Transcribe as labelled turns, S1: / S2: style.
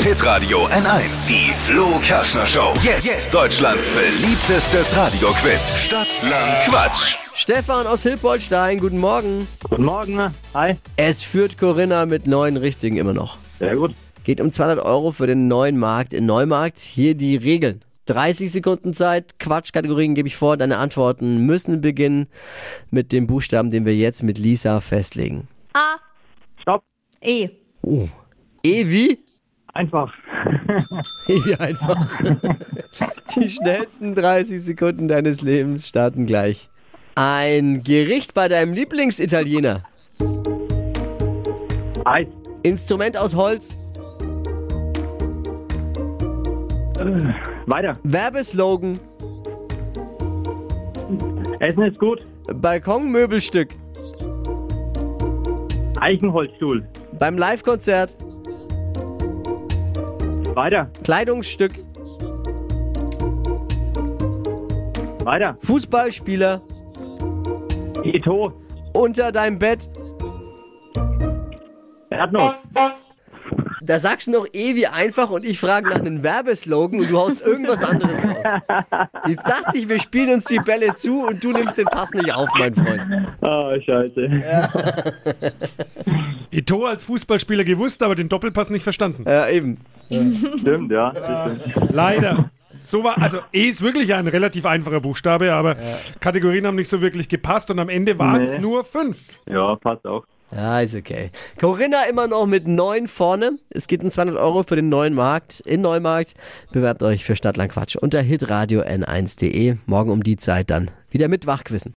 S1: Hitradio N1. Die Flo Kaschner Show. Jetzt, Deutschlands beliebtestes Radioquiz. Stadt, Land, Quatsch.
S2: Stefan aus Hilpoltstein, guten Morgen.
S3: Guten Morgen. ne? Hi.
S2: Es führt Corinna mit neun Richtigen immer noch.
S3: Sehr gut.
S2: Geht um 200 Euro für den neuen Markt in Neumarkt. Hier die Regeln. 30 Sekunden Zeit, Quatschkategorien gebe ich vor. Deine Antworten müssen beginnen mit dem Buchstaben, den wir jetzt mit Lisa festlegen.
S4: A.
S3: Stopp.
S4: E.
S2: Oh. E wie?
S3: Einfach.
S2: E wie einfach. Die schnellsten 30 Sekunden deines Lebens starten gleich. Ein Gericht bei deinem Lieblingsitaliener.
S3: Eis.
S2: Instrument aus Holz.
S3: Weiter.
S2: Werbeslogan.
S3: Essen ist gut.
S2: Balkonmöbelstück.
S3: Eichenholzstuhl.
S2: Beim Live-Konzert.
S3: Weiter.
S2: Kleidungsstück.
S3: Weiter.
S2: Fußballspieler.
S3: Ito.
S2: Unter deinem Bett.
S3: Erdnuss.
S2: Da sagst du noch eh wie einfach und ich frage nach einem Werbeslogan und du haust irgendwas anderes raus. Jetzt dachte ich, wir spielen uns die Bälle zu und du nimmst den Pass nicht auf, mein Freund.
S3: Oh, scheiße.
S5: Ito als Fußballspieler gewusst, aber den Doppelpass nicht verstanden.
S2: Ja, Äh, eben.
S3: Stimmt, ja. Das stimmt.
S5: Leider. So war, also E ist wirklich ein relativ einfacher Buchstabe, aber Kategorien haben nicht so wirklich gepasst und am Ende waren es
S3: Nee.
S5: nur fünf.
S3: Ja, passt auch.
S2: Ja, ist okay. Corinna immer noch mit 9 vorne. Es geht um 200 Euro für den neuen Markt in Neumarkt. Bewerbt euch für Stadtland Quatsch unter hitradio n1.de. Morgen um die Zeit dann wieder mit Wachquissen.